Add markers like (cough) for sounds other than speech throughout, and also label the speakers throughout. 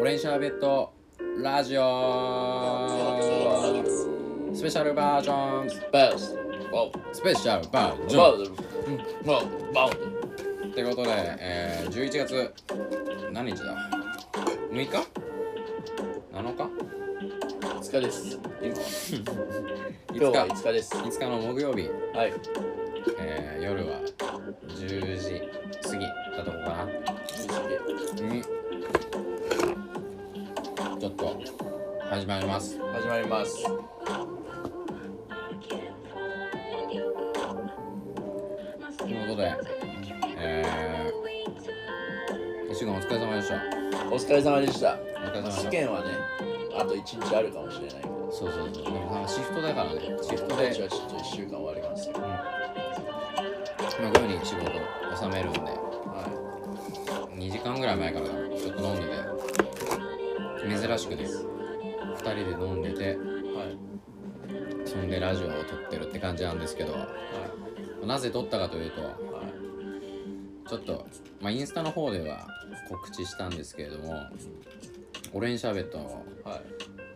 Speaker 1: オレンジシャーベットラジオスペシャルバージョン
Speaker 2: バスバ
Speaker 1: スペシャルバー
Speaker 2: ス
Speaker 1: ジョン
Speaker 2: バスバス
Speaker 1: ってことで、えー、11月何日だ ?6 日 ?7 日
Speaker 2: お疲れです
Speaker 1: 今
Speaker 2: 今日は
Speaker 1: 5日
Speaker 2: 5日です
Speaker 1: 5日の木曜日、
Speaker 2: はい
Speaker 1: えー、夜は10時過ぎだと思うかなうんちょっと始まります
Speaker 2: 始まります
Speaker 1: ということでえー、1週間お疲れ様でした
Speaker 2: お疲れ様でした
Speaker 1: お疲れ様でし
Speaker 2: 試
Speaker 1: た
Speaker 2: 験はねあと1日あるかもしれないけど
Speaker 1: そうそうそうでもまあシフトだからねシフト
Speaker 2: 私
Speaker 1: で
Speaker 2: はちょっと1週間終わりますよ
Speaker 1: 今こういうふうに仕事収めるんで
Speaker 2: は
Speaker 1: 2時間ぐらい前からかなちょっと飲んでて珍しくね2人で飲んでて
Speaker 2: いはいはい
Speaker 1: そんでラジオを撮ってるって感じなんですけどなぜ撮ったかというと
Speaker 2: はい
Speaker 1: ちょっと、まあ、インスタの方では告知したんですけれどもオレンジシャーベットの
Speaker 2: はい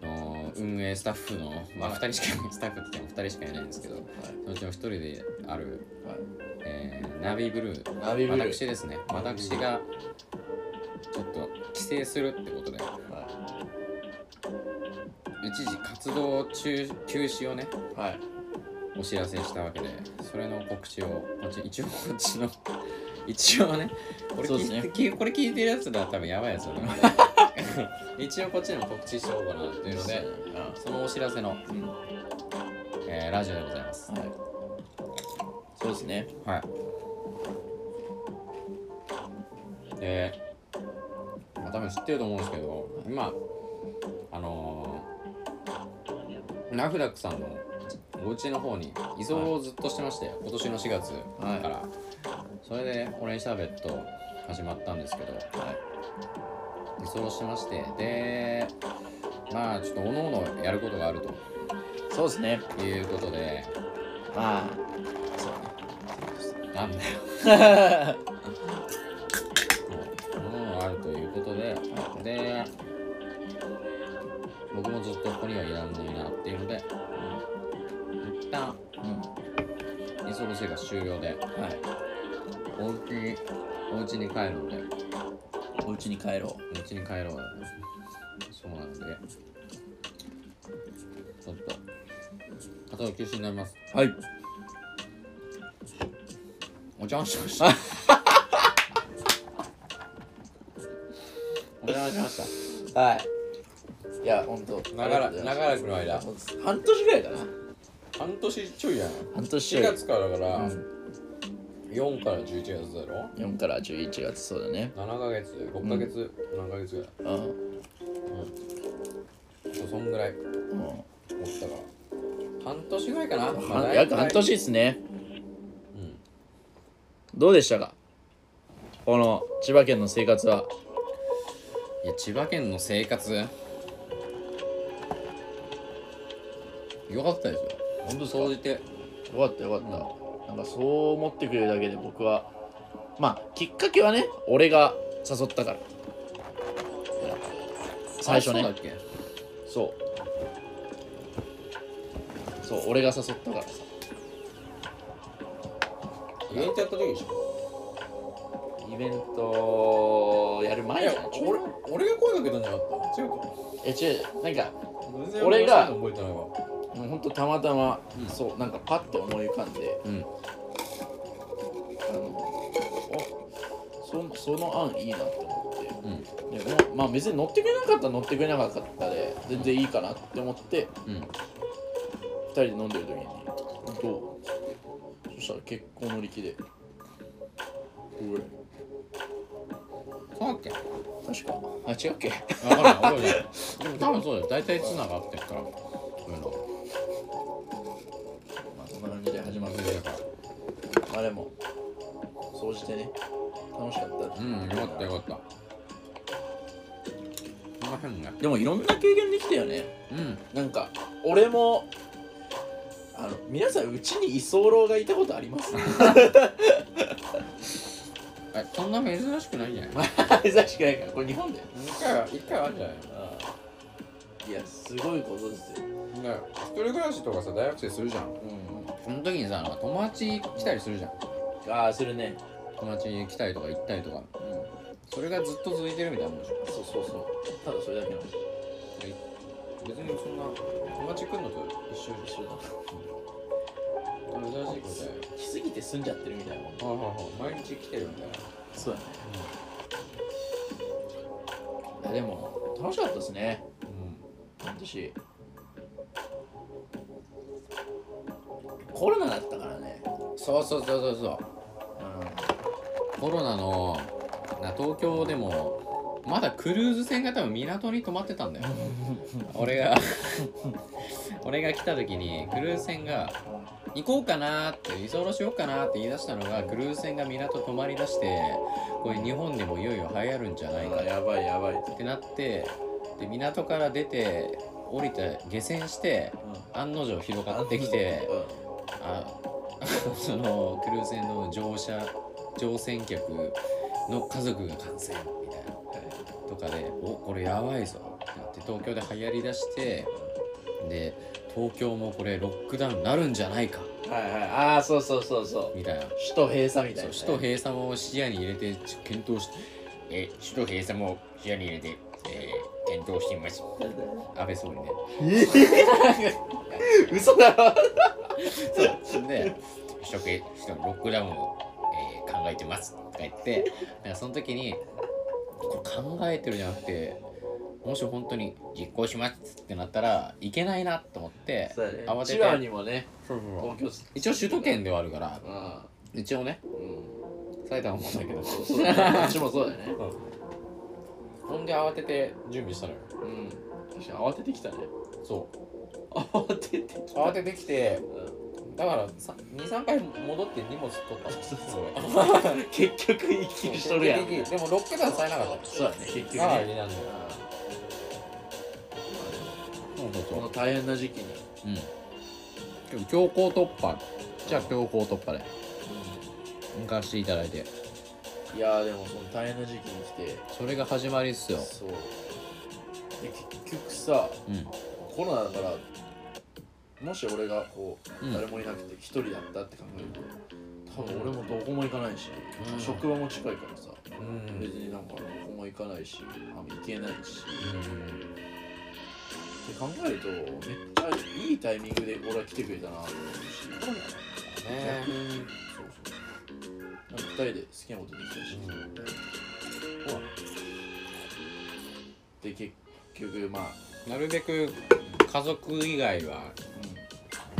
Speaker 1: の運営スタッフの、まあ、
Speaker 2: はい
Speaker 1: 2人しかスタッフって言っても2人しかいないんですけど
Speaker 2: はい
Speaker 1: そのうちの1人である、
Speaker 2: はい
Speaker 1: えーナビブルー
Speaker 2: ナビブルー
Speaker 1: 私ですね
Speaker 2: ナビ
Speaker 1: 私
Speaker 2: ブル
Speaker 1: がちょっと帰省するってことで
Speaker 2: は
Speaker 1: 一時活動中休止をね
Speaker 2: いはい
Speaker 1: お知らせしたわけでそれの告知をこっち一応こっちの (laughs) 一応ねこれ
Speaker 2: そう
Speaker 1: 聞
Speaker 2: で
Speaker 1: い
Speaker 2: す
Speaker 1: て
Speaker 2: ね
Speaker 1: 聞いこれ聞いてるやつだ多分やばいやつだと思うんで (laughs) 一応こっちでも告知しようかなっていうの
Speaker 2: ね
Speaker 1: でそのお知らせの、
Speaker 2: うんは
Speaker 1: えーラジオでございます
Speaker 2: いそうですね
Speaker 1: はい。で、まあ、多分知ってると思うんですけど、今、あのー、ナフラックさんのお家の方に移送をずっとしてまして、今年の4月から、
Speaker 2: はい
Speaker 1: それでオレンジシャーベット始まったんですけど、
Speaker 2: はい
Speaker 1: 移送をしてまして、で、まあ、ちょっとおののやることがある
Speaker 2: そうですね
Speaker 1: ということで、
Speaker 2: まあそうね
Speaker 1: なんだよ。ものがあるということで、で、僕もずっとここにはいらんのになっていうので、一旦、
Speaker 2: うん
Speaker 1: イソロ生活終了で、
Speaker 2: はい
Speaker 1: お家に、お家に帰るので、
Speaker 2: お家に帰ろ
Speaker 1: お家に帰ろうよ。そうなんで、ちょっと、活動休止になります。
Speaker 2: うはい
Speaker 1: お邪魔しました。 (laughs) お邪魔しました。
Speaker 2: はいいやほんと
Speaker 1: 長ら長らくの間
Speaker 2: 半年ぐらいかな
Speaker 1: 半年ちょいやん
Speaker 2: 半年
Speaker 1: 4月からだから、
Speaker 2: うん
Speaker 1: 4から11月だろ
Speaker 2: 4から11月そうだね
Speaker 1: 7ヶ月6ヶ月、何ヶ月ぐらい
Speaker 2: うんうん
Speaker 1: そうそんぐらい持ったから半年ぐらいかな、まあ
Speaker 2: は
Speaker 1: 大体
Speaker 2: 約半年ですね
Speaker 1: うん
Speaker 2: どうでしたかこの千葉県の生活はい
Speaker 1: や千葉県の生活よかったですよ本当総じて
Speaker 2: よかったよかった、なんかそう思ってくれるだけで僕はまあきっかけはね俺が誘ったから最初
Speaker 1: あ
Speaker 2: ね
Speaker 1: そうだっけ
Speaker 2: そうそう俺が誘ったからさ
Speaker 1: イベントやった時でしょ
Speaker 2: イベントやる
Speaker 1: い
Speaker 2: 前
Speaker 1: や
Speaker 2: じゃない
Speaker 1: 俺俺が声かけたんじゃなかった違うか
Speaker 2: え違うなんか
Speaker 1: 全然
Speaker 2: 俺が
Speaker 1: 覚えてないわ
Speaker 2: もうほんとたまたま、
Speaker 1: うん
Speaker 2: そうなんかパッて思い浮かんで
Speaker 1: うん
Speaker 2: あのあそその案いいなって思っ
Speaker 1: う
Speaker 2: て
Speaker 1: ん
Speaker 2: でもまあ別に乗ってくれなかったら乗ってくれなかったで全然いいかなって思って
Speaker 1: うん
Speaker 2: 2人で飲んでる時に「どう?」そしたら結構乗り気で「うえ
Speaker 1: そうだっけ
Speaker 2: 確かあ違うっけ
Speaker 1: わかんないわかんないでも多分そうだよ大体つながってるからそういうの
Speaker 2: まあそんな感じで始まって
Speaker 1: だから
Speaker 2: まあでも総じてね楽しかった
Speaker 1: うんよかったよかったこの辺もね
Speaker 2: でもいろんな経験できたよね
Speaker 1: うん
Speaker 2: なんか俺もあ (laughs) の皆さんうちに居候がいたことあります
Speaker 1: えそんな珍しくないんじゃない
Speaker 2: 珍しくないからこれ日本だよ
Speaker 1: 一回は一回はあるんじゃない
Speaker 2: ああいやすごいことですよ
Speaker 1: のだから一人暮らしとかさ大学生するじゃん
Speaker 2: うん
Speaker 1: その時にさなんか友達来たりするじゃん
Speaker 2: ああするね
Speaker 1: 友達来たりとか行ったりとか
Speaker 2: うん
Speaker 1: それがずっと続いてるみたいなもんでしょ
Speaker 2: そうそうそうただそれだけの話
Speaker 1: 別にそんな友達来るのと一緒
Speaker 2: 一緒だ
Speaker 1: 珍しいことだよ
Speaker 2: 来すぎて済んじゃってるみたいなもん
Speaker 1: はいはいはい毎日来てるみたいな
Speaker 2: そうだね、いやでも楽しかったですね半年コロナだったからね
Speaker 1: うんそうそうそうそうそう
Speaker 2: う
Speaker 1: コロナのな東京でもまだクルーズ船が多分港に泊まってたん (laughs) だよ俺が (laughs) 俺が来た時にクルーズ船が行こうかなーって居候しようかなーって言い出したのがクルーズ船が港泊まりだしてこれ日本でもいよいよ流行るんじゃない
Speaker 2: ん
Speaker 1: かっ
Speaker 2: やばいやばいと
Speaker 1: てなってで港から出て降りて下船して案の定広がってきてあ (laughs) そのクルーズ船の乗車乗船客の家族が感染みたいなとかでおこれやばいぞってなって東京で流行りだしてで東京もこれロックダウンなるんじゃないか
Speaker 2: はいはいああそうそうそうそう
Speaker 1: みたいな
Speaker 2: 首都閉鎖みたい
Speaker 1: そう
Speaker 2: な
Speaker 1: 首都閉鎖も視野に入れてち検討してえ首都閉鎖も視野に入れて、えー検討してみます安倍総理ね
Speaker 2: 嘘だろ
Speaker 1: そうで食首都ロックダウンを、えー考えてますとか言ってなんかその時にこれ考えてるじゃなくてもし本当に実行しますってなったらいけないなと思って
Speaker 2: そうだね
Speaker 1: 慌て
Speaker 2: 千葉
Speaker 1: て
Speaker 2: にもね東京っす
Speaker 1: 一応首都圏ではあるから
Speaker 2: あ
Speaker 1: 一応ね
Speaker 2: あうん
Speaker 1: 埼玉もだけど
Speaker 2: そうそうだねあっちもそうだよね
Speaker 1: ほんで慌てて準備したのよ
Speaker 2: うん確かに慌ててきたね
Speaker 1: そう
Speaker 2: 慌ててきた
Speaker 1: 慌ててきて
Speaker 2: う
Speaker 1: だから23回戻って荷物取ったの
Speaker 2: そう
Speaker 1: そう
Speaker 2: うん結局 (laughs) 一気にしとるやん
Speaker 1: でもロックダウンされなかった
Speaker 2: そうだね結局
Speaker 1: ああい
Speaker 2: ね
Speaker 1: いなんだよそうそう
Speaker 2: この大変な時期に
Speaker 1: うん。でも強行突破。じゃあ強行突破で。行かせていただいて。
Speaker 2: いやーでもその大変な時期に来て
Speaker 1: それが始まりっすよ。
Speaker 2: そうで結局さ
Speaker 1: うん。
Speaker 2: コロナだからもし俺がこ
Speaker 1: う
Speaker 2: うん誰もいなくて一人だったって考えると多分俺もどこも行かないし、
Speaker 1: うん
Speaker 2: 職場も近いからさ
Speaker 1: う
Speaker 2: 別
Speaker 1: ん。
Speaker 2: になんかどこも行かないしあんま行けないしって考えるとめっちゃいいタイミングで俺は来てくれたなと思うし逆にそうそうなんか二人で好きなことできたし、
Speaker 1: そう
Speaker 2: で結局まあ、
Speaker 1: なるべく家族以外は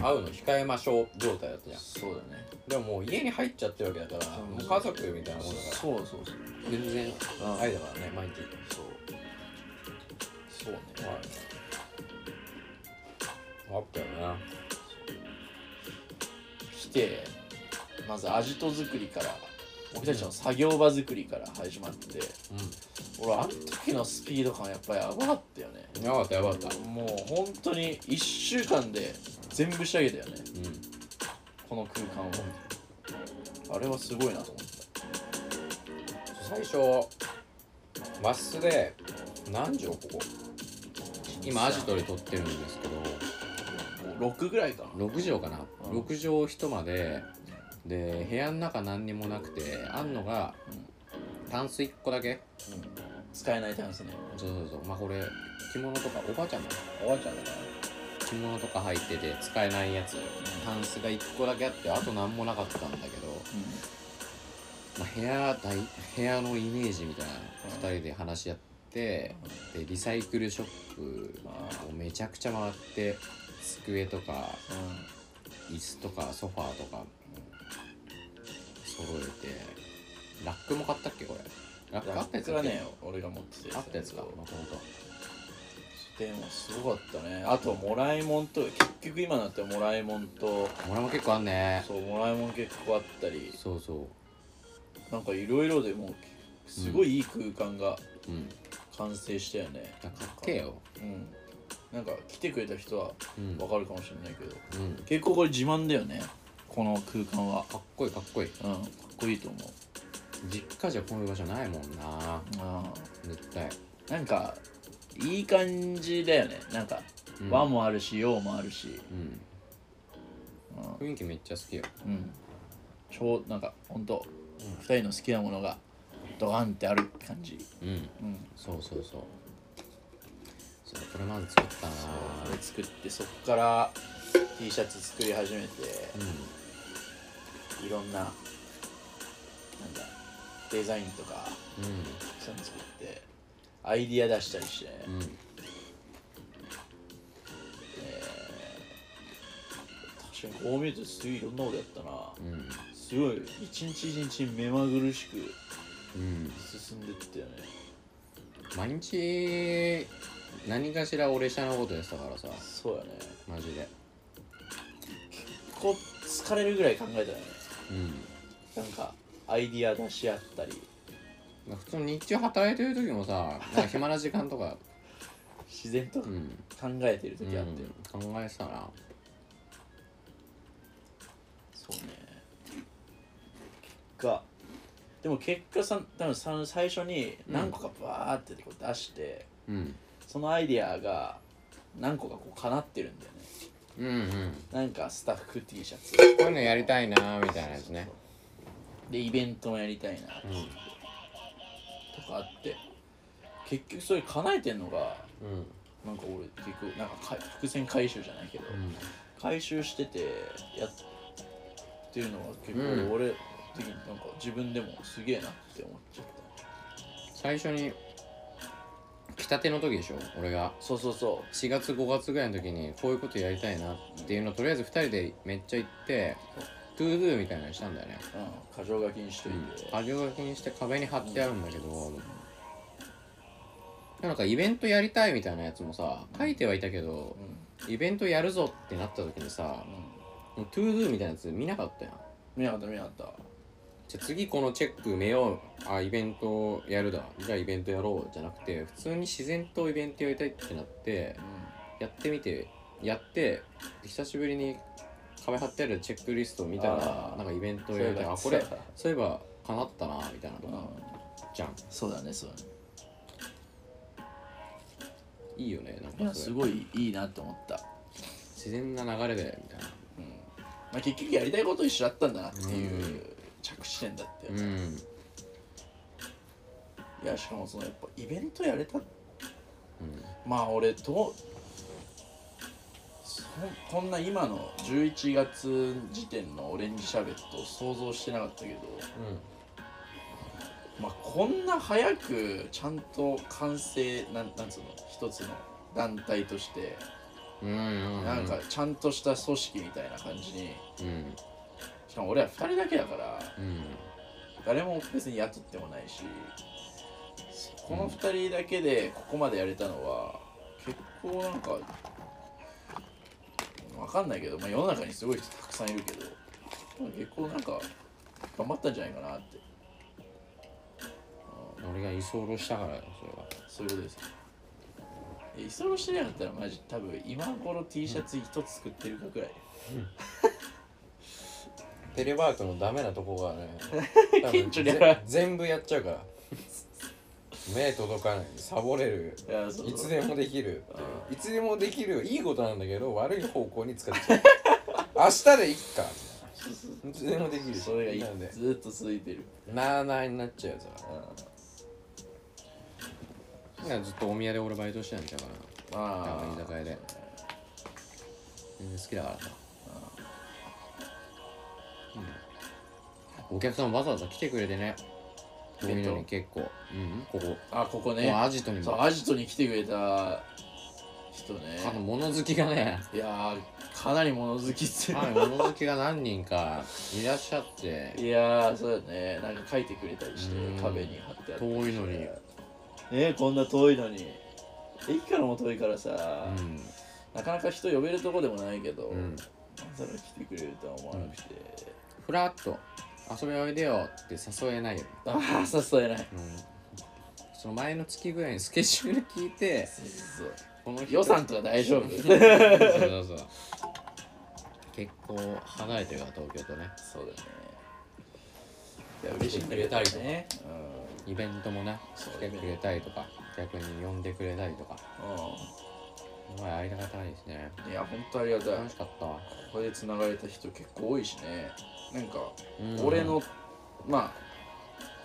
Speaker 1: 会うの控えましょう状態だったじゃん
Speaker 2: そうだね
Speaker 1: でももう家に入っちゃってるわけだからもう家族みたいなもんだから
Speaker 2: そうそうそう
Speaker 1: 全然
Speaker 2: あ
Speaker 1: 会えたからね毎日
Speaker 2: そうそうね、
Speaker 1: あったよな
Speaker 2: 来てまずアジト作りから僕たちの作業場作りから始まって俺あの時のスピード感やっぱりやばかったよね
Speaker 1: うんやばかったやばかった
Speaker 2: もう本当に1週間で全部仕上げたよね
Speaker 1: うん
Speaker 2: この空間をあれはすごいなと思っ
Speaker 1: 最初和室で何畳ここ今アジトで撮ってるんですけど
Speaker 2: たもう6ぐらいかな
Speaker 1: 6畳かな
Speaker 2: うん
Speaker 1: 6畳一間でで部屋の中何にもなくてあんのがタンス1個だけ
Speaker 2: 使えないタンスね
Speaker 1: そうそうそうまあこれ着物とかおばあちゃんの
Speaker 2: おばあちゃんだか
Speaker 1: 着物とか入ってて使えないやつタンスが1個だけあってあと何もなかったんだけど、まあ、部屋大部屋のイメージみたいな2人で話し合ってでリサイクルショップをめちゃくちゃ回って机とか椅子とかソファーとか揃えてラックも買ったっけこれラックあ
Speaker 2: ラ
Speaker 1: ったや
Speaker 2: ッ
Speaker 1: つ
Speaker 2: ク
Speaker 1: だ
Speaker 2: は
Speaker 1: っけ
Speaker 2: ね俺が持ってて
Speaker 1: あったやつかもともと
Speaker 2: でもすごかったねあともらいもんと結局今になってはもらいもんと
Speaker 1: 俺も結構あんね
Speaker 2: そうもらいもん結構あったり
Speaker 1: そうそ
Speaker 2: なんかいろいろでもうすごいいい空間が
Speaker 1: ううん
Speaker 2: 完成したよね、
Speaker 1: だからかっけえよ
Speaker 2: うんなんか来てくれた人は
Speaker 1: うん、
Speaker 2: わかるかもしれないけど
Speaker 1: うん、
Speaker 2: 結構これ自慢だよねこの空間は
Speaker 1: かっこいいかっこいい
Speaker 2: うんかっこいいと思う
Speaker 1: 実家じゃこういう場所ないもんな
Speaker 2: あ
Speaker 1: 絶対、
Speaker 2: ーなんかいい感じだよねなんか
Speaker 1: うん、
Speaker 2: 和もあるし洋もあるし
Speaker 1: うん
Speaker 2: う
Speaker 1: 雰囲気めっちゃ好きよ
Speaker 2: うんちょうなんかほんと2人の好きなものがドカンってある感じ
Speaker 1: うん
Speaker 2: うん
Speaker 1: そうそうそうそうこれまず作ったな
Speaker 2: これ作ってそこから T シャツ作り始めて
Speaker 1: う
Speaker 2: いろんななんだデザインとか
Speaker 1: ん
Speaker 2: そういうの作ってアイディア出したりして、
Speaker 1: うんうん
Speaker 2: 確かにこう見るとすごいいろんなことやったな
Speaker 1: うん
Speaker 2: すごい一日一日目まぐるしく
Speaker 1: うん
Speaker 2: 進んでったよね
Speaker 1: 毎日何かしら俺下のことやってたからさ
Speaker 2: そうやね
Speaker 1: マジで
Speaker 2: こう疲れるぐらい考えたよね
Speaker 1: うん
Speaker 2: なんかアイディア出し合ったり
Speaker 1: 普通に日中働いてる時もさなんか暇な時間とか
Speaker 2: 自然
Speaker 1: (laughs)
Speaker 2: と
Speaker 1: う
Speaker 2: 考
Speaker 1: ん
Speaker 2: えてる
Speaker 1: うん
Speaker 2: 時あって、
Speaker 1: 考えてたな
Speaker 2: そうね結果でも結果さ多分さ最初に何個かバーってこう出して、
Speaker 1: うん
Speaker 2: そのアイディアが何個かこう叶ってるんだよね
Speaker 1: うんうん
Speaker 2: なんかスタッフ T シャツ
Speaker 1: こういうのやりたいなみたいなやつね
Speaker 2: でイベントもやりたいな
Speaker 1: うん
Speaker 2: とかあって結局それ叶えてんのが
Speaker 1: うん
Speaker 2: なんか俺結局なんかか伏線回収じゃないけど、
Speaker 1: うん
Speaker 2: 回収しててやっていうのは結
Speaker 1: うん
Speaker 2: 構俺的になんか自分でもすげえなって思っちゃった、
Speaker 1: 最初に来たての時でしょ俺が
Speaker 2: そうそうそ
Speaker 1: 4月5月ぐらいの時にこういうことやりたいなっていうのをとりあえず2人でめっちゃ行ってトゥードゥーみたいなのしたんだよね
Speaker 2: う、うん、箇条書きにしといて、
Speaker 1: 作業書きにして壁に貼ってあるんだけどなんかイベントやりたいみたいなやつもさ書いてはいたけど
Speaker 2: う
Speaker 1: イベントやるぞってなった時にさ
Speaker 2: んうん
Speaker 1: もうトゥードゥーみたいなやつ見なかったやん
Speaker 2: 見なかった見なかった
Speaker 1: じゃあ次このチェック埋めようあイベントやるだじゃあイベントやろうじゃなくて普通に自然とイベントやりたいってなってやってみてやって久しぶりに壁貼ってあるチェックリストを見たら
Speaker 2: あー
Speaker 1: なんかイベント
Speaker 2: そう
Speaker 1: や
Speaker 2: い
Speaker 1: り
Speaker 2: う
Speaker 1: たい
Speaker 2: の
Speaker 1: あ
Speaker 2: やつ
Speaker 1: これそういえば叶ったなみたいなと
Speaker 2: うん
Speaker 1: かじゃん
Speaker 2: そうだねそうだね
Speaker 1: いいよねなん
Speaker 2: いや
Speaker 1: か
Speaker 2: す
Speaker 1: それ
Speaker 2: ごいいいなと思った、
Speaker 1: 自然な流れでみたいな
Speaker 2: うんまあ、結局やりたいこと一緒だったんだなっていうう着地点だったよ、
Speaker 1: う
Speaker 2: い
Speaker 1: ん
Speaker 2: やしかもそのやっぱイベントやれたまあ俺とそこんな今の11月時点のオレンジシャーベットを想像してなかったけど、まあ、こんな早くちゃんと完成なんなんつうの一つの団体として
Speaker 1: うんうんうん
Speaker 2: なんかちゃんとした組織みたいな感じに
Speaker 1: うん
Speaker 2: しかも俺は2人だけだから
Speaker 1: うん
Speaker 2: 誰も別に雇ってもないしこの2人だけでここまでやれたのは結構なんかわかんないけど、まあ、世の中にすごい人たくさんいるけどまあ結構なんか頑張ったんじゃないかなって
Speaker 1: 俺が居候したからよそれは
Speaker 2: そういうことですえ居候してなかったらマジ多分今頃 T シャツ1つ作ってるかくらい
Speaker 1: テレワークのダメなとこが (laughs) ね多分
Speaker 2: 顕著に現れ
Speaker 1: ぜ全部やっちゃうから目届かないサボれる
Speaker 2: いやそう
Speaker 1: いつでもできるいつでもできるいいことなんだけど悪い方向に使っ (laughs) ちゃう明日でいっかいつでもできるし
Speaker 2: それがい
Speaker 1: なんで
Speaker 2: ずーっと続いてる
Speaker 1: なあなあになっちゃうやつ
Speaker 2: うん
Speaker 1: だからずっとお宮で俺バイトしてたんちゃうか
Speaker 2: ま
Speaker 1: な居酒屋で全然好きだからさうんお客さんわざわざ来てくれてね
Speaker 2: イ
Speaker 1: ゴ
Speaker 2: ベ
Speaker 1: ミ
Speaker 2: ント
Speaker 1: のに結構うんここ
Speaker 2: ああここね
Speaker 1: もうアジトに
Speaker 2: そう
Speaker 1: も
Speaker 2: アジトに来てくれた
Speaker 1: あ
Speaker 2: 人
Speaker 1: の
Speaker 2: ね
Speaker 1: 物好きがね
Speaker 2: いやーかなり物好きっすよ
Speaker 1: はい、物好きが何人かいらっしゃって
Speaker 2: いやーそうだねなんか書いてくれたりして
Speaker 1: うん
Speaker 2: 壁に貼ってあっ
Speaker 1: 遠
Speaker 2: てね
Speaker 1: いのに
Speaker 2: えこんな遠いのに駅からも遠いからさ、
Speaker 1: うん
Speaker 2: なかなか人呼べるとこでもないけど、
Speaker 1: うん
Speaker 2: まさか来てくれるとは思わなくて、
Speaker 1: ふらっと遊びおいでよって誘えないよね、
Speaker 2: ああ誘えない
Speaker 1: うん、その前の月ぐらいにスケジュール聞いて
Speaker 2: そうそう
Speaker 1: この
Speaker 2: そう
Speaker 1: 人
Speaker 2: 予算とか大 (laughs) 丈夫
Speaker 1: そうそうそう結構離れてるから東京とね
Speaker 2: そうだねや嬉しいんだけどね
Speaker 1: イベントもね来てくれたりとか逆に呼んでくれたりとか
Speaker 2: う
Speaker 1: お前ありがたいですね
Speaker 2: ん、うん、いや本当ありがたい
Speaker 1: 楽しかったわ、
Speaker 2: ここでつながれた人結構多いしねなんか
Speaker 1: うん
Speaker 2: 俺の、まあ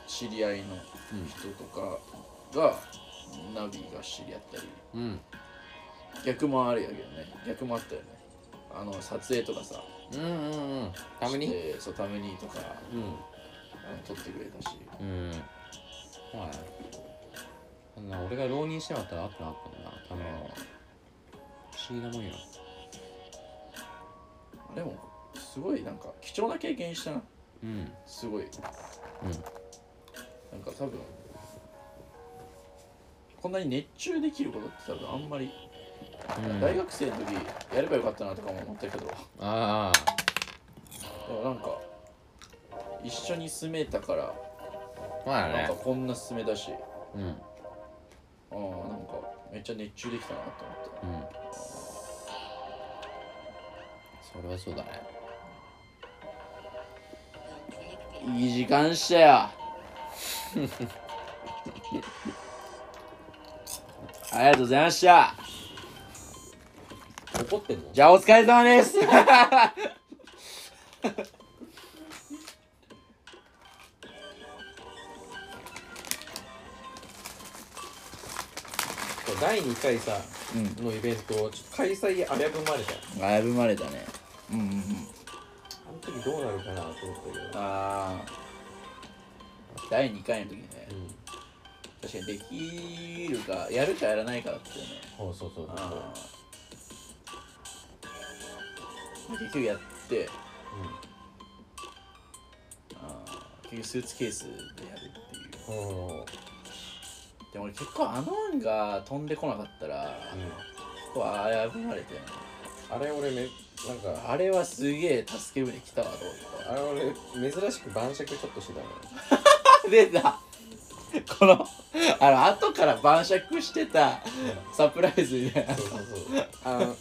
Speaker 2: 知り合いの人とかが、ナビが知り合ったり
Speaker 1: うん
Speaker 2: 逆もあるやけどね逆もあったよねあの撮影とかさ
Speaker 1: うんうんうんために
Speaker 2: してそうためにとか
Speaker 1: うん
Speaker 2: あの撮ってくれたし
Speaker 1: うんまああんな俺が浪人してなかったらあってなかったんだなために不思議なもんよ
Speaker 2: でもすごいなんか貴重な経験したな
Speaker 1: うん
Speaker 2: すごいなんか多分こんなに熱中できることって多分あんまり、
Speaker 1: うん
Speaker 2: 大学生の時やればよかったなとかも思ったけどで
Speaker 1: ああ
Speaker 2: もなんか一緒に住めたから
Speaker 1: まあ
Speaker 2: なん
Speaker 1: ね
Speaker 2: かこんな進めたし、
Speaker 1: うんうん
Speaker 2: ああなんかめっちゃ熱中できたなと思った
Speaker 1: それはそうだね
Speaker 2: いい時間したよ (laughs) ありがとうございました
Speaker 1: 怒ってんの
Speaker 2: じゃあお疲れ様です
Speaker 1: 第2回さ
Speaker 2: う
Speaker 1: のイベントをちょっと開催危ぶまれた
Speaker 2: 危ぶまれたねうんうんうん
Speaker 1: あの時どうなるかなと思ったけど
Speaker 2: ああ第2回の時ね
Speaker 1: うん
Speaker 2: 確かにできるかやるかやらないかだったよね
Speaker 1: そうそうそう
Speaker 2: ああ結局やってああ結局スーツケースでやるっていう
Speaker 1: そううんうん
Speaker 2: でも俺結構あの案が飛んでこなかったら結構危ぶまれて
Speaker 1: あれ俺めなんか
Speaker 2: あれはすげえ助け舟来たわと思っ
Speaker 1: あれ俺珍しく晩酌ちょっとしてたのよ
Speaker 2: た出たこのあの後から晩酌してたサプライズみた
Speaker 1: (laughs)
Speaker 2: いな
Speaker 1: そうそうそうあの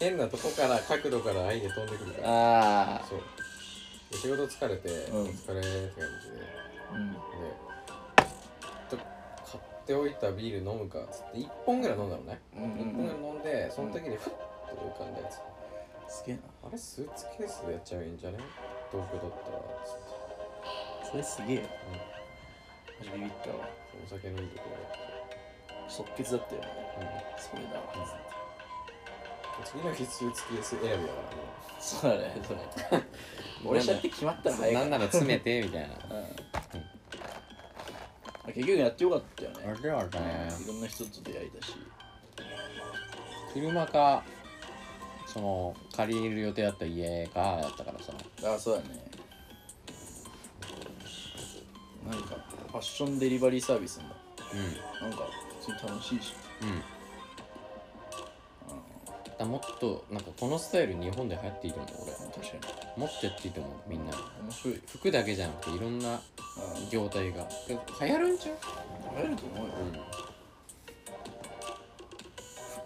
Speaker 1: 変なとこから角度から愛で飛んでくるから
Speaker 2: あ
Speaker 1: そうで仕事疲れて、
Speaker 2: ん
Speaker 1: お疲れって感じでで
Speaker 2: あ、うん、
Speaker 1: ちょっと買っておいたビール飲むかっつって1本ぐらい飲んだのね、
Speaker 2: うんうんうん
Speaker 1: 1本ぐらい飲んでその時にふっと浮かんだやつ、
Speaker 2: すげえな
Speaker 1: あれスーツケースでやっちゃえばいいんじゃね東京だったらっつって
Speaker 2: それすげえよ、マジビビったわ
Speaker 1: お酒飲んでくれ
Speaker 2: 即決だったよね
Speaker 1: うん
Speaker 2: それだわ、
Speaker 1: 次の日スーツケース選びだからね
Speaker 2: そうだねそれ俺しゃって決まったら早いか
Speaker 1: ら
Speaker 2: ら
Speaker 1: 詰めてみたいな
Speaker 2: うんまあ結局やってよかったよね、
Speaker 1: れはね
Speaker 2: いろんな人と出会えたし
Speaker 1: 車かその借りる予定だった家かだったからさ
Speaker 2: ああそうだねなんかファッションデリバリーサービスも
Speaker 1: う
Speaker 2: なんか普通に楽しいし
Speaker 1: んうんだからもっとなんかこのスタイル日本で流行っていいと思う
Speaker 2: 確かに
Speaker 1: 俺もっとやっていいと思うみんな
Speaker 2: 面白いよ
Speaker 1: 服だけじゃなくていろんな
Speaker 2: うん
Speaker 1: 業態がで流行るんちゃう
Speaker 2: 流行ると思うよ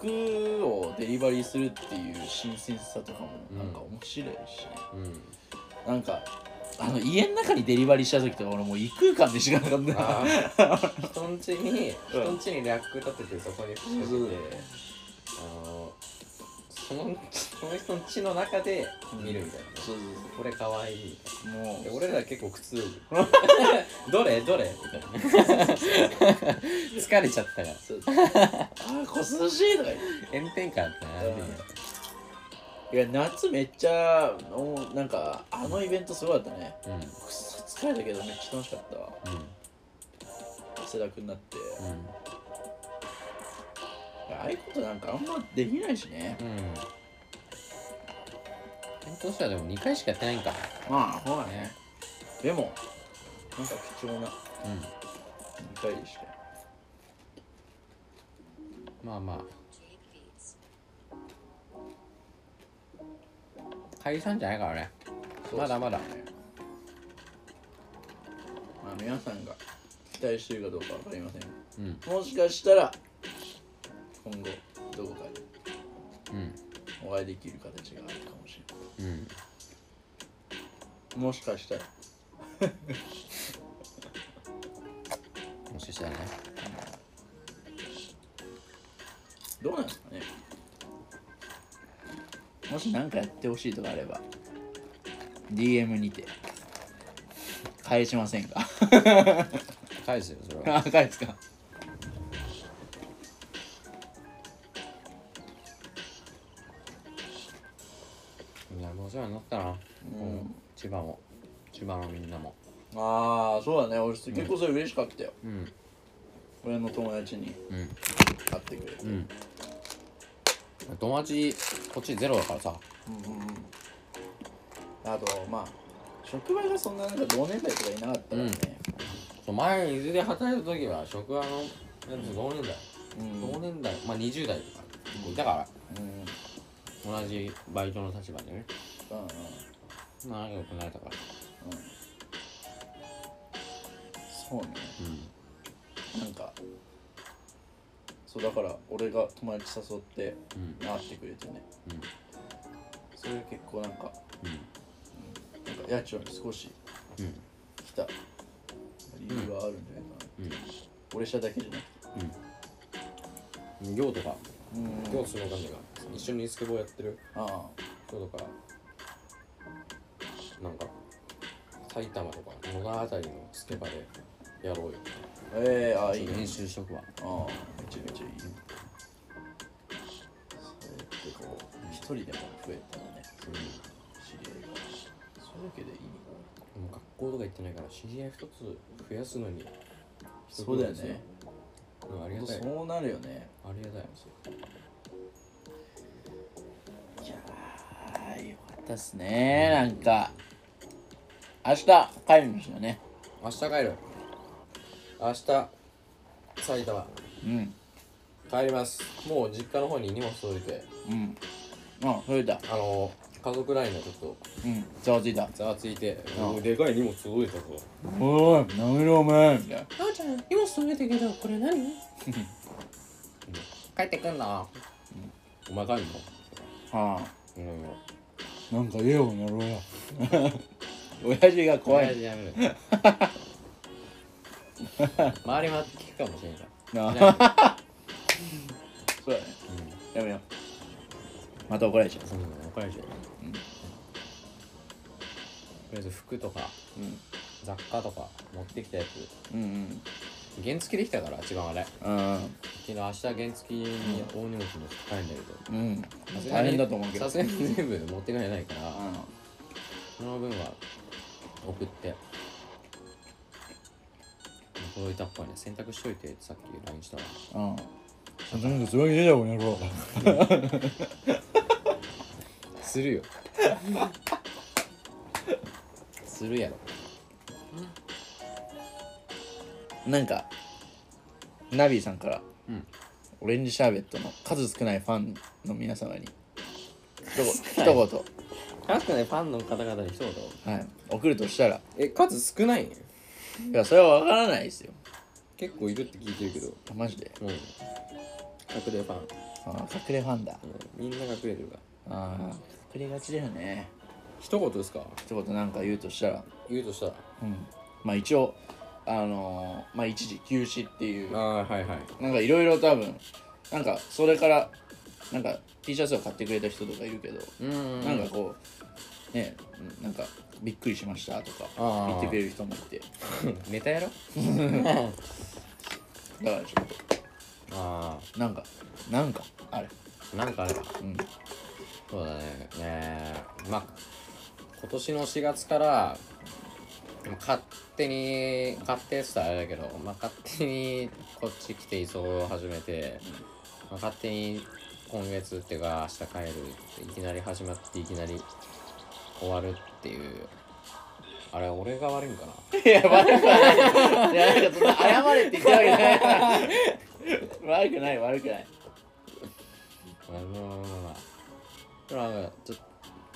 Speaker 1: うん
Speaker 2: 服をデリバリーするっていう新鮮さとかもなんか面白いし、ね
Speaker 1: うん
Speaker 2: なんかあの家の中にデリバリーした時とか俺もう異空間でしかなかった
Speaker 1: ああ人んち (laughs) に人んちにラック立ててそこに服
Speaker 2: そ
Speaker 1: 掛
Speaker 2: うそう
Speaker 1: けてあのそのその人の家の中で見るみたいな、
Speaker 2: そうそう
Speaker 1: これかわいいみたい
Speaker 2: そうも
Speaker 1: なで
Speaker 2: う
Speaker 1: 俺ら結構靴 (laughs) どれどれみたいな (laughs) 疲れちゃったから
Speaker 2: そうそうああ小涼しいとか言って
Speaker 1: 炎天下だったな、
Speaker 2: うんいや夏めっちゃおなんかあのイベントすごかったね
Speaker 1: うん
Speaker 2: くそ疲れたけどめっちゃ楽しかったわ
Speaker 1: う
Speaker 2: 汗だくになって
Speaker 1: ん
Speaker 2: ああいうことなんかあんまできないしね
Speaker 1: うんうん検討したらでも2回しかやってないんか
Speaker 2: まあほらね
Speaker 1: ね
Speaker 2: でもなんか貴重な
Speaker 1: うん
Speaker 2: 2回でしたよ
Speaker 1: まあまあ解散じゃないからねまだまだ
Speaker 2: そうですねまあ皆さんが期待してるかどうかわかりませんが
Speaker 1: うん
Speaker 2: もしかしたら今後どこかで
Speaker 1: うん
Speaker 2: お会いできる形があるかもしれな
Speaker 1: うん
Speaker 2: いもしかしたら
Speaker 1: もしかしたらね
Speaker 2: どうなんですかねもし何かやってほしいとかあれば DM にて返しません
Speaker 1: (laughs)
Speaker 2: か (laughs)
Speaker 1: 返すよそれは
Speaker 2: あ返すか
Speaker 1: みんなお世話になったな、うん、千葉も千葉のみんなも
Speaker 2: ああそうだね俺結構それ嬉しかったよ、
Speaker 1: うん
Speaker 2: 俺の友達に
Speaker 1: うん
Speaker 2: 買ってくれて
Speaker 1: うん友達こっちゼロだからさ
Speaker 2: あとまあ職場がそんななんか同年代とかいなかったからね、
Speaker 1: そう前伊豆で働いた時は職場のやつ同年代、
Speaker 2: うん
Speaker 1: 同年代まあ20代とか結構いたから
Speaker 2: うん
Speaker 1: 同じバイトの立場でね
Speaker 2: うんうん
Speaker 1: まあ仲良くなれたから
Speaker 2: そうね
Speaker 1: う
Speaker 2: なんかそうだから俺が友達誘って
Speaker 1: んうん
Speaker 2: 会ってくれてね
Speaker 1: うん
Speaker 2: それ結構なんか
Speaker 1: う
Speaker 2: なんか家賃に少し
Speaker 1: ん
Speaker 2: 来た理由があるんじゃないかな、
Speaker 1: うん
Speaker 2: 俺しただけじゃなくて
Speaker 1: うん行とか
Speaker 2: うん
Speaker 1: 行すごい感じが一緒にスケボーやってる
Speaker 2: ああ
Speaker 1: 人とかなんか埼玉とか野田あたりのスケバでやろうよ
Speaker 2: ええああいいね
Speaker 1: 練習しとくわ
Speaker 2: ああめちゃめちゃいいそれってこう一人でも増えたらねそういう知り合いがそれだけで意味が
Speaker 1: でも学校とか行ってないから知り合い一つ増やすのに
Speaker 2: あるそうだよね
Speaker 1: うんありがたい
Speaker 2: そうなるよね
Speaker 1: ありがたい
Speaker 2: いやーよかったっすねなんか明日帰るんですよね
Speaker 1: 明日帰る明日埼玉
Speaker 2: うん
Speaker 1: 帰りますもう実家の方に荷物届いて
Speaker 2: うんあそれだ
Speaker 1: あの家族ラインがちょっと
Speaker 2: うんざわついた
Speaker 1: ざわついて、
Speaker 2: うん
Speaker 1: もうでかい荷物届いたぞ
Speaker 2: おい何めろお前みたいな
Speaker 1: あーちゃん荷物届いたけどこれ何帰ってくんな、お前帰る
Speaker 2: あ
Speaker 1: のうん
Speaker 2: あなんか言えよなろうや (laughs) 親父が怖い
Speaker 1: いやめ (laughs) ろ周り回って聞くかもしれんから
Speaker 2: なあ
Speaker 1: じゃ (laughs) あ
Speaker 2: そうだね。やめよう。また怒られちゃう。
Speaker 1: そんなの怒られちゃうよ
Speaker 2: うん
Speaker 1: とりあえず服とか
Speaker 2: う
Speaker 1: 雑貨とか持ってきたやつ
Speaker 2: ん。うん
Speaker 1: 原付できたから一番あれ
Speaker 2: うん。
Speaker 1: 昨日明日原付に大荷物持って帰るんだけど
Speaker 2: うん。
Speaker 1: さすがに
Speaker 2: 大変だと思うけど。
Speaker 1: さすがに全部持って帰れないから、
Speaker 2: うん。
Speaker 1: その分は送って届いたっぽいね洗濯しといてってさっき LINE したわ
Speaker 2: うん。なんかすごい嫌だこの野郎。
Speaker 1: するよするやろ
Speaker 2: なんか、ナビーさんから、
Speaker 1: うん
Speaker 2: オレンジシャーベットの数少ないファンの皆様に、一
Speaker 1: 少
Speaker 2: 言、
Speaker 1: ない数
Speaker 2: 一
Speaker 1: 少ないファンの方々に一言
Speaker 2: 言、はい、送るとしたら、
Speaker 1: え数少ないね
Speaker 2: いや、それはわからないですよ。
Speaker 1: 結構いるって聞いてるけど
Speaker 2: マジで。
Speaker 1: うん隠れファン、
Speaker 2: あー隠れファンだ。
Speaker 1: うんみんな隠れてるから
Speaker 2: ああ、隠れがちだよね。
Speaker 1: 一言ですか
Speaker 2: 一言なんか言うとしたら、
Speaker 1: 言うとしたら
Speaker 2: うん、まあ一応あのーまあ一時休止っていう
Speaker 1: ああはいはい
Speaker 2: なんかいろいろ多分なんかそれからなんか T シャツを買ってくれた人とかいるけど、
Speaker 1: うん
Speaker 2: なんかこうねうんなんかびっくりしましたとか
Speaker 1: あー
Speaker 2: 言ってくれる人もいて
Speaker 1: ネタやろ
Speaker 2: だからちょっ
Speaker 1: (laughs) あ
Speaker 2: となんかなんかあれ
Speaker 1: あなんかあれば
Speaker 2: うん
Speaker 1: そうだね。ねえまあ、今年の4月から、まあ勝手に、勝手って言ったらあれだけど、まあ、勝手にこっち来て居候を始めて、まあ、勝手に今月っていうか、明日帰るって、いきなり始まって、いきなり終わるっていう。あれ、俺が悪いんかな。
Speaker 2: いや悪くないいやなんかそんな謝れって言ってるわけない悪くない悪くない
Speaker 1: あのまあほらなんかず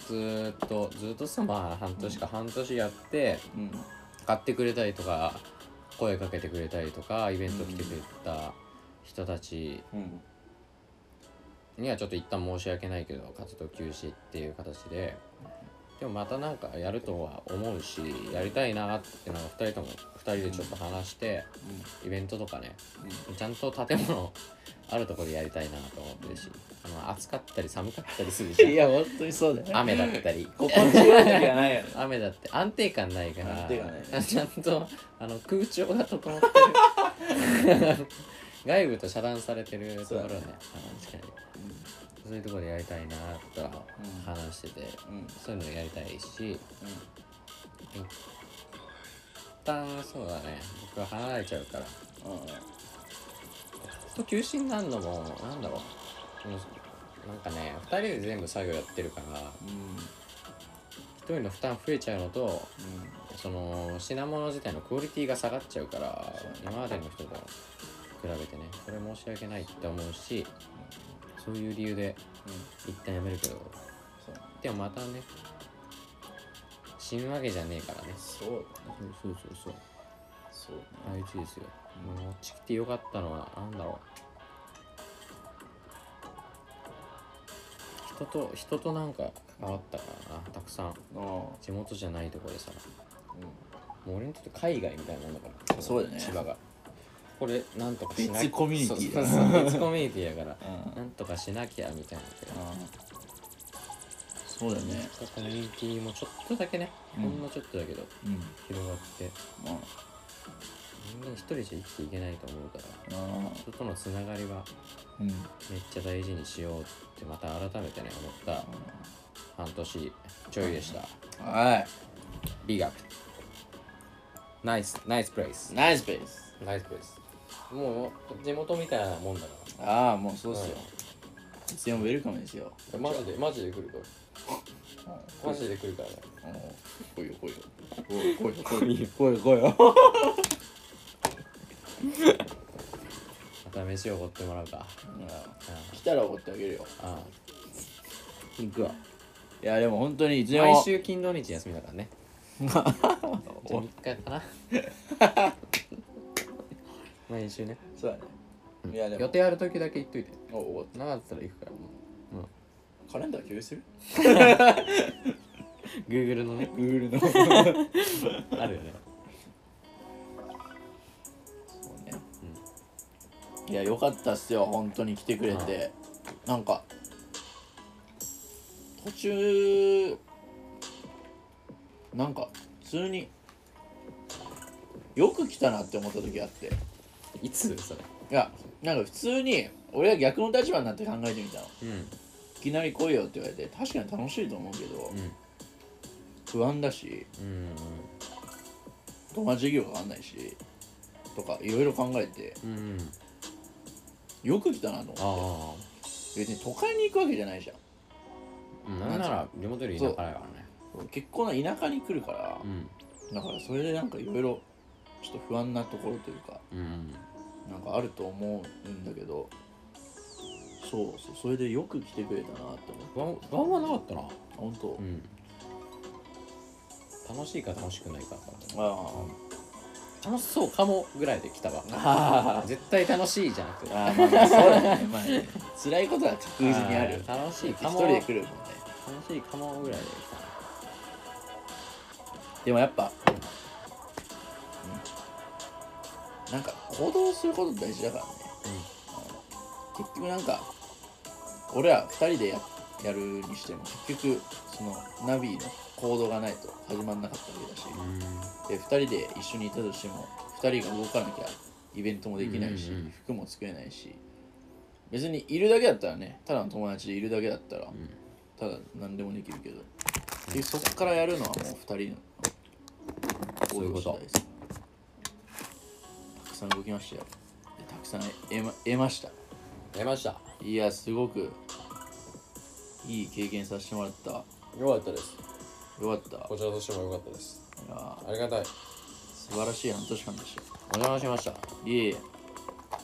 Speaker 1: ずーっと、ずーっとさ、まあ、半年か、半年やって、
Speaker 2: うん
Speaker 1: 買ってくれたりとか声かけてくれたりとかイベント来てくれた人たち
Speaker 2: うん
Speaker 1: にはちょっと一旦申し訳ないけど活動休止っていう形ででもまたなんかやるとは思うしやりたいなってのを2人とも2人でちょっと話して、イベントとかね
Speaker 2: うん
Speaker 1: ちゃんと建物あるところでやりたいなと思ってるしあの暑かったり寒かったりする
Speaker 2: うん、い
Speaker 1: し
Speaker 2: や本当にそうだよ、ね、
Speaker 1: 雨だったり
Speaker 2: 心地よい時はないよね
Speaker 1: 雨だって安定感ないから
Speaker 2: 安定感ないね
Speaker 1: ちゃんとあの空調が整ってる外部と遮断されてるところね
Speaker 2: そうだね
Speaker 1: あ確かにそういうところでやりたいなとか話してて、
Speaker 2: うんうん
Speaker 1: そういうのやりたいし一旦そうだね僕は離れちゃうから
Speaker 2: う
Speaker 1: ずっと休止になるのもなんだろうもうなんかね2人で全部作業やってるから
Speaker 2: ん
Speaker 1: 1人の負担増えちゃうのと
Speaker 2: うん
Speaker 1: その品物自体のクオリティが下がっちゃうから今までの人と比べてねそれ申し訳ないって思うしそういう理由で
Speaker 2: うん
Speaker 1: 一旦やめるけど
Speaker 2: そう
Speaker 1: でもまたね死ぬわけじゃねえからね
Speaker 2: そうだね
Speaker 1: そうそうそうそう
Speaker 2: そう
Speaker 1: あいつですよ持ってきてよかったのはなんだろう人と人となんか変わったからなたくさん
Speaker 2: だね
Speaker 1: 地元じゃないところでさ
Speaker 2: ああ
Speaker 1: もう俺にとって海外みたいなもんだから
Speaker 2: そうだね
Speaker 1: 千葉がこれなんとかしな
Speaker 2: 別コミュニティだ
Speaker 1: そうそうそう別
Speaker 2: (laughs)
Speaker 1: コミュニティやか
Speaker 2: うん
Speaker 1: らなんとかしなきゃみたいな
Speaker 2: うんそうだね
Speaker 1: コミュニティもちょっとだけね、
Speaker 2: うん
Speaker 1: ほんのちょっとだけど
Speaker 2: うん
Speaker 1: 広がって
Speaker 2: あ
Speaker 1: 人間一人じゃ生きていけないと思うから
Speaker 2: あ
Speaker 1: 人とのつながりは
Speaker 2: うん
Speaker 1: めっちゃ大事にしようってまた改めてね思った半年ちょいでした
Speaker 2: は
Speaker 1: 美学ナイスナイスプレイス
Speaker 2: いナイスベース
Speaker 1: ナイスプレイスもう地元みたいなもんだか
Speaker 2: ああもうそう
Speaker 1: ら
Speaker 2: っすよ
Speaker 1: ん
Speaker 2: 全然ウェルカムですよ
Speaker 1: えマジでマジで来るからマジで来るからね
Speaker 2: 来いよ来いよ来いよ来いよ来いよ来いよ
Speaker 1: また飯を奢ってもらうか
Speaker 2: 来たら怒ってあげるよ
Speaker 1: ああ
Speaker 2: 行くわいやでも本当にいつで
Speaker 1: 毎
Speaker 2: も
Speaker 1: 週金土日休みだから (laughs) ねじゃあ3日かな (laughs) 毎週ね
Speaker 2: そうだねいやで
Speaker 1: 予
Speaker 2: も
Speaker 1: 定ある時だけ言っといて
Speaker 2: おお
Speaker 1: なかったら行くから
Speaker 2: カレンダー共有する
Speaker 1: Google のね
Speaker 2: Google の
Speaker 1: あるよね
Speaker 2: そうねいや良かったっすよ本当に来てくれて、なんか途中なんか普通によく来たなって思った時あってい
Speaker 1: いつそれ
Speaker 2: やなんか普通に俺は逆の立場になって考えてみたの
Speaker 1: うん
Speaker 2: いきなり来いよって言われて確かに楽しいと思うけど、
Speaker 1: うん
Speaker 2: 不安だし
Speaker 1: うん
Speaker 2: 友達授業かかんないしとかいろいろ考えて
Speaker 1: うんうんうん
Speaker 2: よく来たなと思っ
Speaker 1: あ
Speaker 2: て別に都会に行くわけじゃないじゃん
Speaker 1: あなんなら地元より田舎だからね
Speaker 2: 結構な田舎に来るから
Speaker 1: う、ん
Speaker 2: だからそれでなんかいろいろちょっと不安なところというか
Speaker 1: うん
Speaker 2: なんかあると思うんだけどそうそうそれでよく来てくれたなって思
Speaker 1: 不安不安はなかったな
Speaker 2: う本当、
Speaker 1: うん楽しいか楽しくないか
Speaker 2: あ
Speaker 1: 楽しそうかもぐらいで来たわ
Speaker 2: あ
Speaker 1: 絶対楽しいじゃなくて
Speaker 2: ああまあまあそうだねまあね辛いことは確実にあるよ
Speaker 1: あー楽しいか
Speaker 2: 一
Speaker 1: も
Speaker 2: 人で来るもんね
Speaker 1: 楽しいかもぐらいで来たな
Speaker 2: でもやっぱ、うん、なんか行動すること大事だからね結局なんか俺ら2人でややるにしても結局そのナビの行動がないと始まんなかったわけだし
Speaker 1: うん
Speaker 2: で2人で一緒にいたとしても2人が動かなきゃイベントもできないし、
Speaker 1: うんうんうん
Speaker 2: 服も作れないし別にいるだけだったらねただの友達でいるだけだったら
Speaker 1: うん
Speaker 2: ただ何でもできるけど、でそっからやるのはもう2人の
Speaker 1: そういうこと
Speaker 2: ですたくさん動きましたよでたくさん得ま得ました
Speaker 1: 出ました
Speaker 2: いや、すごくいい経験させてもらった。よ
Speaker 1: よかったです
Speaker 2: かった。い
Speaker 1: ちらとしてもよかったです
Speaker 2: や
Speaker 1: ありがたい
Speaker 2: 素晴らしい半年間でした。
Speaker 1: お邪魔しました
Speaker 2: いえいえ、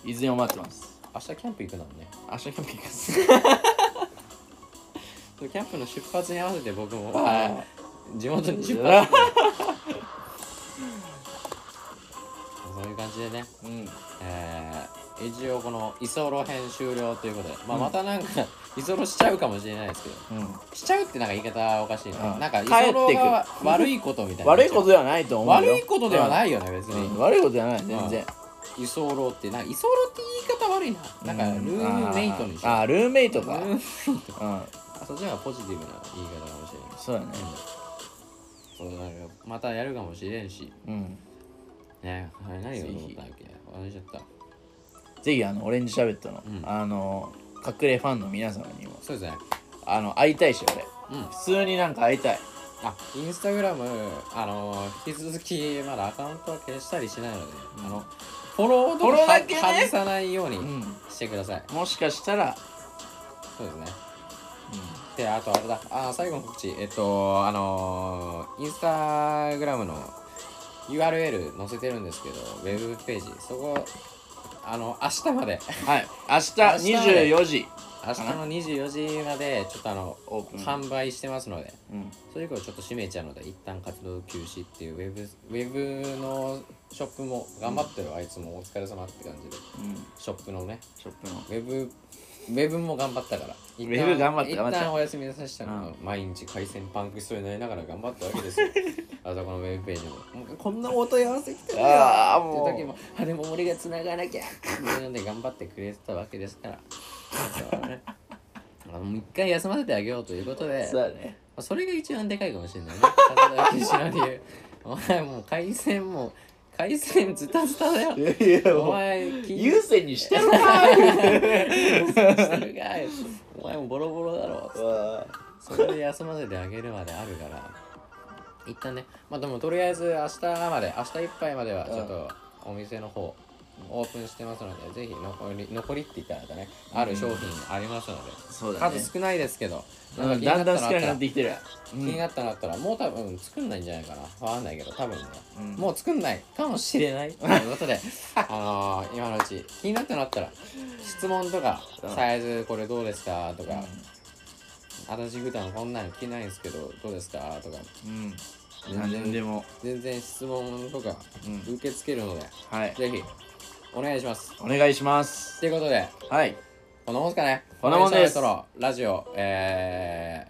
Speaker 2: いずれも待ってます。
Speaker 1: 明日キャンプ行くなのね
Speaker 2: 明日キャンプ行きます。
Speaker 1: キャンプの出発に合わせて僕も
Speaker 2: は (laughs)
Speaker 1: 地元に
Speaker 2: い。
Speaker 1: 出発そういう感じでね
Speaker 2: うん。
Speaker 1: えー一応この居候編終了ということで、まあ、
Speaker 2: うん
Speaker 1: またなんか居候しちゃうかもしれないですけど
Speaker 2: うん、
Speaker 1: しちゃうってなんか言い方おかしいな、
Speaker 2: うん
Speaker 1: なんか居
Speaker 2: 帰ってくる
Speaker 1: 候が悪いことみたいな
Speaker 2: 悪いことではないと思うよ
Speaker 1: 悪いことでは
Speaker 2: うん
Speaker 1: ないよね別に、
Speaker 2: うん悪いことじゃない全然、
Speaker 1: 居候ってなんか居候って言い方悪いななんかルームメイトにしよう
Speaker 2: あーあールームメイトか
Speaker 1: ルームメイト
Speaker 2: うん
Speaker 1: そっちの方がポジティブな言い方かもしれない
Speaker 2: そうだね
Speaker 1: そうなるよまたやるかもしれんし
Speaker 2: うん
Speaker 1: ねあれ何が
Speaker 2: ぜ
Speaker 1: ど
Speaker 2: ひ
Speaker 1: うだっけ忘れちゃった
Speaker 2: ぜひあのオレンジシャーベットの、
Speaker 1: うん
Speaker 2: あの隠れファンの皆様にも
Speaker 1: そうですね
Speaker 2: あの会いたいし
Speaker 1: う
Speaker 2: 俺
Speaker 1: ん
Speaker 2: 普通になんか会いたい
Speaker 1: あインスタグラムあのー引き続きまだアカウントは消したりしないので、
Speaker 2: うん
Speaker 1: あのフォローと
Speaker 2: フォロー
Speaker 1: か
Speaker 2: だけね
Speaker 1: 外さないように
Speaker 2: うん
Speaker 1: してください、
Speaker 2: もしかしたら、
Speaker 1: そうですねであとあれだあ最後の告知えっとあのーインスタグラムの URL 載せてるんですけどウェブページそこあの明日まで
Speaker 2: はい明日
Speaker 1: 明日
Speaker 2: 24時
Speaker 1: 明日の24時までちょっとあの
Speaker 2: オープン
Speaker 1: 販売してますので
Speaker 2: うん
Speaker 1: それ以降ちょっと閉めちゃうので一旦活動休止っていうウェブウェブのショップも頑張ってる、あいつもお疲れ様って感じで
Speaker 2: うん
Speaker 1: ショップのね
Speaker 2: ショップの
Speaker 1: ウェブウェブも頑張ったからウ
Speaker 2: ェブ頑張って
Speaker 1: 一
Speaker 2: 頑張った
Speaker 1: 旦お休みさせたの、
Speaker 2: うん
Speaker 1: 毎日回線パンクしそうになりながら頑張ったわけ
Speaker 2: (laughs)
Speaker 1: ですよあそこのウェブページももうこんなお問い合わせ来たよ
Speaker 2: あーもう
Speaker 1: って時もあでも俺が繋がなきゃっていうので頑張ってくれてたわけですからそうねあのもう一回休ませてあげようということで
Speaker 2: そうだね
Speaker 1: まあそれが一番でかいかもしれないね。活動休止の理由。お前もう回線もう回線ズタズタだよ。
Speaker 2: いや
Speaker 1: お
Speaker 2: もう
Speaker 1: 前気
Speaker 2: 優
Speaker 1: に
Speaker 2: 先にして (laughs) るか
Speaker 1: してるかい。お前もボロボロだろ。
Speaker 2: いうわ
Speaker 1: それで休ませてあげるまであるから。一旦ね、まあでもとりあえず明日まで、明日いっぱいまではちょっとお店の方。オープンしてますので、ぜひ残り残りって言ったらね、ある商品ありますので、
Speaker 2: そうだね
Speaker 1: 数少ないですけど、
Speaker 2: う
Speaker 1: なんか気に
Speaker 2: だ
Speaker 1: なんた
Speaker 2: だ
Speaker 1: のあった
Speaker 2: ん少な
Speaker 1: ら
Speaker 2: くなってきてる
Speaker 1: 気になったのあったらもう多分作んないんじゃないかなわかんないけど多分ね
Speaker 2: うん
Speaker 1: もう作んないかもしれ
Speaker 2: (laughs)
Speaker 1: ないということで (laughs) あのー、今のうち気になったのあったら質問とか
Speaker 2: うん
Speaker 1: サイズこれどうですかと
Speaker 2: う
Speaker 1: か私普段こんなん着ないんですけどどうですかとか
Speaker 2: んうん
Speaker 1: 全然
Speaker 2: 何でも
Speaker 1: 全然質問とか
Speaker 2: うん
Speaker 1: 受け付けるので
Speaker 2: はい
Speaker 1: ぜひお願いします
Speaker 2: お願いします
Speaker 1: ということで
Speaker 2: はい
Speaker 1: こんなもんすかね
Speaker 2: こんなもんです
Speaker 1: そろラジオえ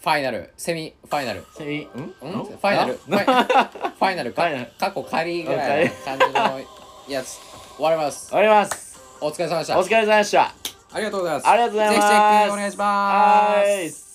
Speaker 1: ー、ファイナルセミファイナル
Speaker 2: セミうん
Speaker 1: んファイナルファイ (laughs) ファイナルか
Speaker 2: ファイナル
Speaker 1: 過去仮ぐらいの感じのやつ終わります
Speaker 2: 終わります
Speaker 1: お疲れ様でし
Speaker 2: お
Speaker 1: た
Speaker 2: 疲れ様でした
Speaker 1: ありがとうございます
Speaker 2: ありがとうございま
Speaker 1: ぜ
Speaker 2: す
Speaker 1: ひチェックお願いします
Speaker 2: はーい